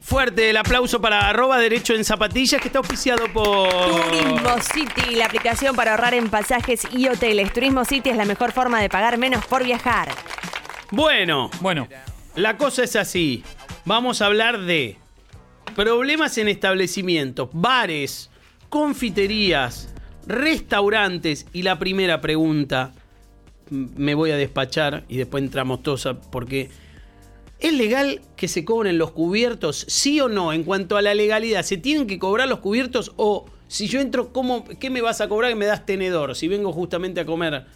Fuerte el aplauso para arroba derecho en zapatillas que está auspiciado por... Turismo City, la aplicación para ahorrar en pasajes y hoteles. Turismo City es la mejor forma de pagar menos por viajar. Bueno, Bueno, la cosa es así. Vamos a hablar de problemas en establecimientos, bares, confiterías, restaurantes. Y la primera pregunta, m- me voy a despachar y después entramos todos a- porque... ¿Es legal que se cobren los cubiertos? ¿Sí o no? En cuanto a la legalidad, ¿se tienen que cobrar los cubiertos? O si yo entro, ¿cómo, ¿qué me vas a cobrar que me das tenedor? Si vengo justamente a comer a-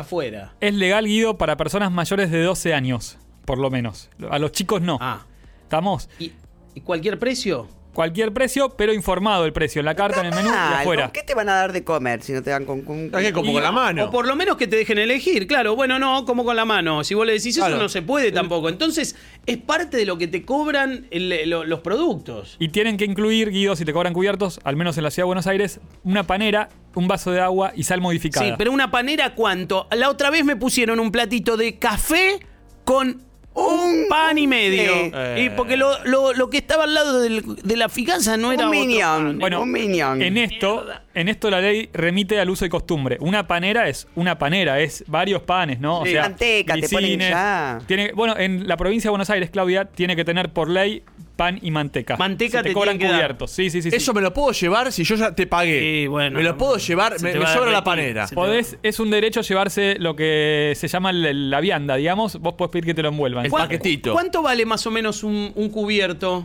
afuera. es legal, Guido, para personas mayores de 12 años, por lo menos. A los chicos no. Ah, Estamos. ¿y, y cualquier precio? Cualquier precio, pero informado el precio. En la carta, en el menú y Ah, afuera. ¿con ¿Qué te van a dar de comer si no te dan con, con- Es que como Y- con la mano. O por lo menos que te dejen elegir, claro. Bueno, no, como con la mano. Si vos le decís Claro. eso, no se Eh. puede tampoco. Entonces, es parte de lo que te cobran el- lo- los productos. Y tienen que incluir, Guido, si te cobran cubiertos, al menos en la ciudad de Buenos Aires, una panera, un vaso de agua y sal modificada. Sí, pero una panera, ¿cuánto? La otra vez me pusieron un platito de café con un pan y medio. Sí. Y porque lo, lo- lo que estaba al lado del- de la ficanza no era Eh. un otro minion. pan. Bueno, un minion. En este esto, en esto la ley remite al uso y costumbre. Una panera es una panera, es varios panes, ¿no? Sí. Manteca, te ponen grisines, ya. tiene- bueno, en la provincia de Buenos Aires, Claudia, tiene que tener por ley pan y manteca. Manteca Se te te cobran tienen que dar. cubiertos. Sí, sí, sí. sí. Eso me lo puedo llevar si yo ya te pagué. Sí, bueno. me lo puedo llevar, Se me, te me va a sobra la derretir. panera. Se te Podés- es un derecho llevarse lo que se llama la, la vianda, digamos. Vos podés pedir que te lo envuelvan. El ¿Cuán- paquetito. ¿Cuánto vale más o menos un, un cubierto?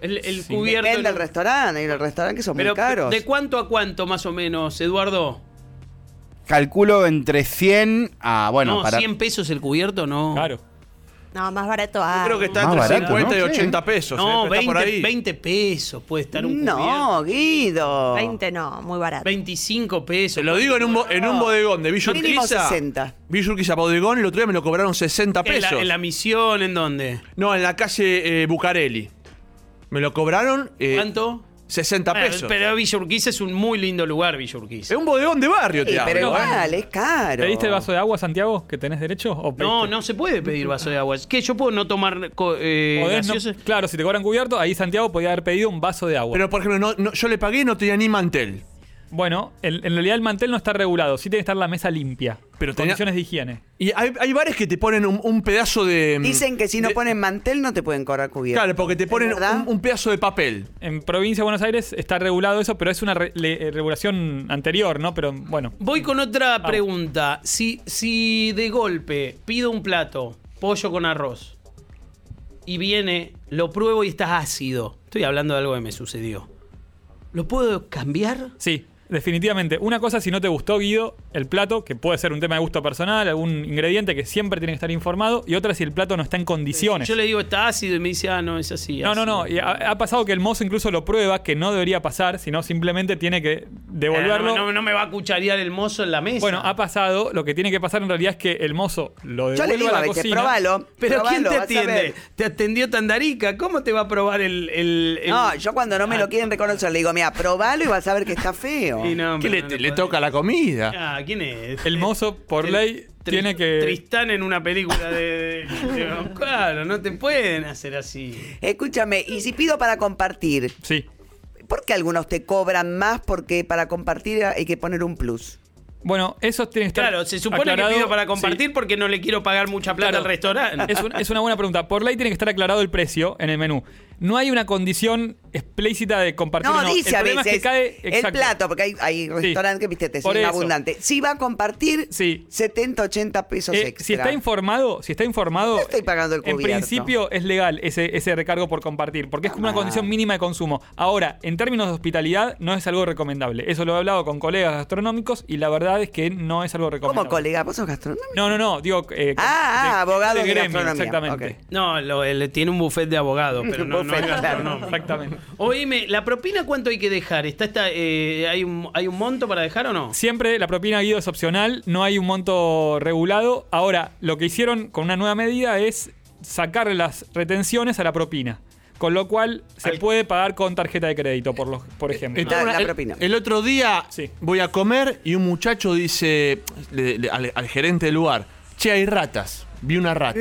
El, el Sí. cubierto. Depende del restaurante. Hay los restaurantes que son Pero, muy caros. ¿de cuánto a cuánto más o menos, Eduardo? Calculo entre 100 a, bueno, no, para... 100 pesos el cubierto, no. Claro. No, más barato. Yo ah. creo que está Más entre barato, 50 y ¿no? 80 pesos. No, eh, pero está por 20, ahí. 20 pesos puede estar un cubierto. No, Guido. 20 no, muy barato. 25 Te pesos. lo digo en un, bo- en un bodegón de Villa Mínimo Urquiza. 60. Villa Urquiza bodegón, el otro día me lo cobraron 60 ¿En la, pesos. en la misión, ¿en dónde? No, en la calle eh, Bucareli. Me lo cobraron eh, ¿Cuánto? 60 Bueno, pesos. pero Villa Urquiza es un muy lindo lugar, Villa Urquiza. Es un bodegón de barrio, Sí, te hablo, pero ¿eh? igual, es caro. ¿Te diste el vaso de agua, Santiago, que tenés derecho? ¿O No, pediste? no se puede pedir vaso de agua. Es que yo puedo no tomar co- eh, Podés no- gaseosa. claro, si te cobran cubierto, ahí Santiago podía haber pedido un vaso de agua. Pero, por ejemplo, no- no- yo le pagué y no tenía ni mantel. Bueno, en, en realidad el mantel no está regulado, sí tiene que estar la mesa limpia. Pero tenía- condiciones de higiene. Y hay, hay bares que te ponen un, un pedazo de. mm, Dicen que si no de- ponen mantel no te pueden cobrar cubierto. Claro, porque te ¿Es ponen verdad? un, un pedazo de papel. En provincia de Buenos Aires está regulado eso, pero es una re- le- eh, regulación anterior, ¿no? Pero bueno. Voy con otra pregunta. Si, si de golpe pido un plato, pollo con arroz, y viene, lo pruebo y está ácido. Estoy hablando de algo que me sucedió. ¿Lo puedo cambiar? Sí, definitivamente. Una cosa, si no te gustó, Guido, el plato, que puede ser un tema de gusto personal, algún ingrediente que siempre tiene que estar informado, y otra si el plato no está en condiciones. Yo le digo está ácido y me dice, ah, no, es así. No, no, ácido. Ah, no. y ha, ha pasado que el mozo incluso lo prueba, que no debería pasar, sino simplemente tiene que devolverlo. Eh, no, no, no me va a cucharear el mozo en la mesa. Bueno, ha pasado. Lo que tiene que pasar en realidad es que el mozo lo devuelve Yo le digo a a la veces, cocina. probalo. pero ¿quién probalo, te vas a ver. atiende? ¿Te atendió Tandarica? ¿Cómo te va a probar el. el- el- No, yo cuando no me Ah, lo quieren reconocer le digo, mira, probalo y vas a ver que está feo. y no, ¿Qué pero le, no te- lo le podés- toca la comida? Ah, ¿quién es? El mozo, por El ley, Tri- tiene que. Tristán en una película de. de- de- claro, no te pueden hacer así. Escúchame, y si pido para compartir, Sí. ¿por qué algunos te cobran más? Porque para compartir eh, hay que poner un plus. Bueno, eso tiene que estar. Claro, se supone aclarado. que pido para Sí. compartir porque no le quiero pagar mucha plata Claro. al restaurante. Es, un- es una buena pregunta. Por ley tiene que estar aclarado el precio en el menú. No hay una condición explícita de compartir. No, o no. dice el a problema veces es que cae. el exacto. plato, porque hay, hay restaurantes que viste, te Por sirven eso. abundante. Si va a compartir, Sí. 70, 80 pesos Eh, extra. si está informado, si está informado, No estoy pagando el en cubierto. Ah. principio es legal ese, ese recargo por compartir, porque es como una condición mínima de consumo. Ahora, en términos de hospitalidad, no es algo recomendable. Eso lo he hablado con colegas gastronómicos y la verdad es que no es algo recomendable. ¿Cómo, colega? ¿Vos sos gastronómico? No, no, no, digo... eh, Ah, ah, abogado de gremio, gastronomía. Exactamente. Ok. No, lo- él tiene un buffet de abogados, pero no, no es Buffet, claro. gastronómico. Exactamente. Oíme, ¿la propina cuánto hay que dejar? ¿Está, está, eh, hay, un, ¿Hay un monto para dejar o no? Siempre la propina Guido es opcional, no hay un monto regulado. Ahora, lo que hicieron con una nueva medida es sacar las retenciones a la propina. Con lo cual se Al- Eh, puede pagar con tarjeta de crédito, por, los, por ejemplo. Entonces, la el- propina. El, otro día Sí. voy a comer y un muchacho Eh. dice le- le- al, al gerente del lugar: Che, hay ratas. Vi una rata.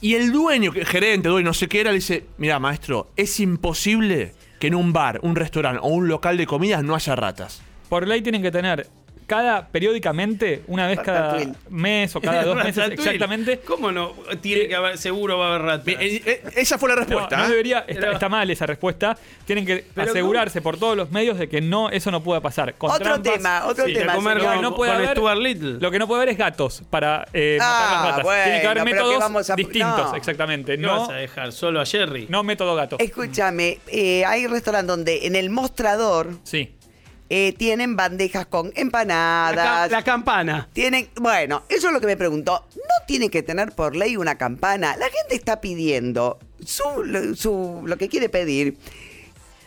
Y el dueño, que- gerente, dueño, no sé qué era, le dice, mira maestro, es imposible que en un bar, un restaurante o un local de comidas no haya ratas. Por ley tienen que tener cada periódicamente, una vez cada Ratatouille. mes o cada dos meses Ratatouille. exactamente. ¿Cómo no? Tiene que haber, seguro va a haber ratas. Bien, eh, eh, esa fue la No, respuesta. no ¿eh? debería, Pero- está, está mal esa respuesta. Tienen que Pero asegurarse por todos los medios de que no eso no pueda pasar. Con Otro trampas, tema, otro Sí, tema. a comer Lo señor. que con- no puede con haber- Stuart Little. Lo que no puede haber es gatos para eh, matar Ah, las ratas. Tiene que haber bueno, pero ¿qué métodos vamos a- distintos, no. exactamente. ¿Qué No, vas a dejar? Solo a Jerry. no método gato. Escúchame, eh, hay restaurantes donde en el mostrador Sí. eh, tienen bandejas con La, ca- empanadas. la campana. Tienen, bueno, eso es lo que me preguntó. ¿No tiene que tener por ley una campana? La gente está pidiendo su, lo, su- lo que quiere pedir.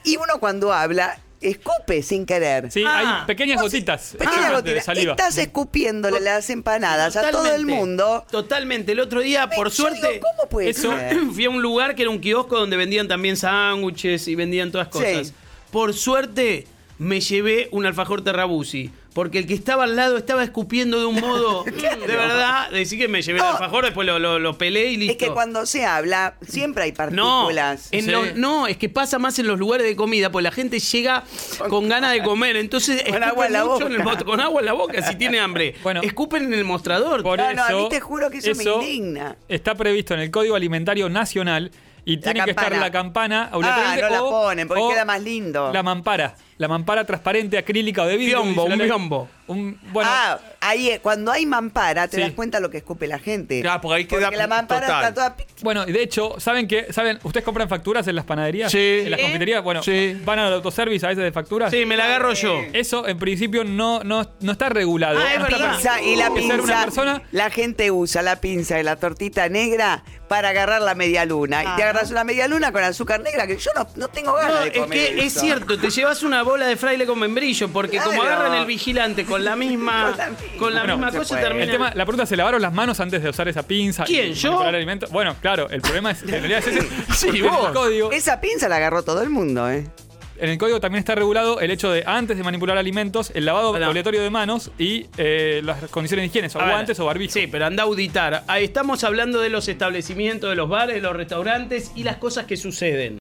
Y uno cuando habla, escupe sin querer. Sí, Ah, hay pequeñas gotitas. Pequeña exactamente, gotita. de saliva. Estás escupiéndole las empanadas a todo el Totalmente, mundo. Totalmente. El otro día, por Yo suerte, digo, ¿Cómo puede eso- ser? fui a un lugar que era un kiosco donde vendían también sándwiches y vendían todas cosas. Sí. Por suerte, me llevé un alfajor terrabusi. Porque el que estaba al lado estaba escupiendo de un modo. De verdad, decir que me llevé No. el alfajor, después lo, lo- lo pelé y listo. Es que cuando se habla, siempre hay No, partículas. en Sí. los- no, es que pasa más en los lugares de comida, pues la gente llega con ganas de comer, entonces Con escupen agua en la mucho boca. el mostrador, con agua en la boca si tiene hambre. Bueno. Escupen en el mostrador. Por No, eso, no, a mí te juro que eso me indigna. Está previsto en el Código Alimentario Nacional y tiene que estar campana. la campana Ah, obligatoriamente, no la o- ponen porque o queda más lindo. La mampara. La mampara transparente, acrílica o de vidrio. Biombo, dice la un ley. biombo. Un- bueno, ah, ahí eh, cuando hay mampara te Sí. das cuenta lo que escupe la gente. Claro, porque pues, ahí queda la mampara total. está toda pic- Bueno, y de hecho, ¿saben qué? ¿Saben? ¿Ustedes compran facturas en las panaderías? Sí. ¿En las ¿Eh? confiterías? Bueno, Sí. van al autoservice a veces de facturas. Sí, me la agarro yo. Eso, en principio, no, no, no está regulado. Ah, es No está verdad. per- pinza y la que ser una pinza. persona- La gente usa la pinza y la tortita negra para agarrar la media luna. Y te agarras una media luna con azúcar negra, que yo no, no tengo ganas No, de es comer. que es eso. cierto, te llevas una bola de fraile con membrillo, porque como Claro. agarran el vigilante con la misma, Con la misma. con la Bueno, misma se cosa, puede. termina. El tema, la pregunta es, ¿se lavaron las manos antes de usar esa pinza? ¿Quién, y yo? manipular alimentos? Bueno, claro, el problema es, en realidad es ese. Porque En el, vos. código, Esa pinza la agarró todo el mundo, ¿eh? en el código también está regulado el hecho de, antes de manipular alimentos, el lavado Hola. obligatorio de manos y eh, las condiciones de Ah, higiene, o A ver, guantes o barbijo. Sí, pero anda a auditar. Ah, Estamos hablando de los establecimientos, de los bares, de los restaurantes y las cosas que suceden.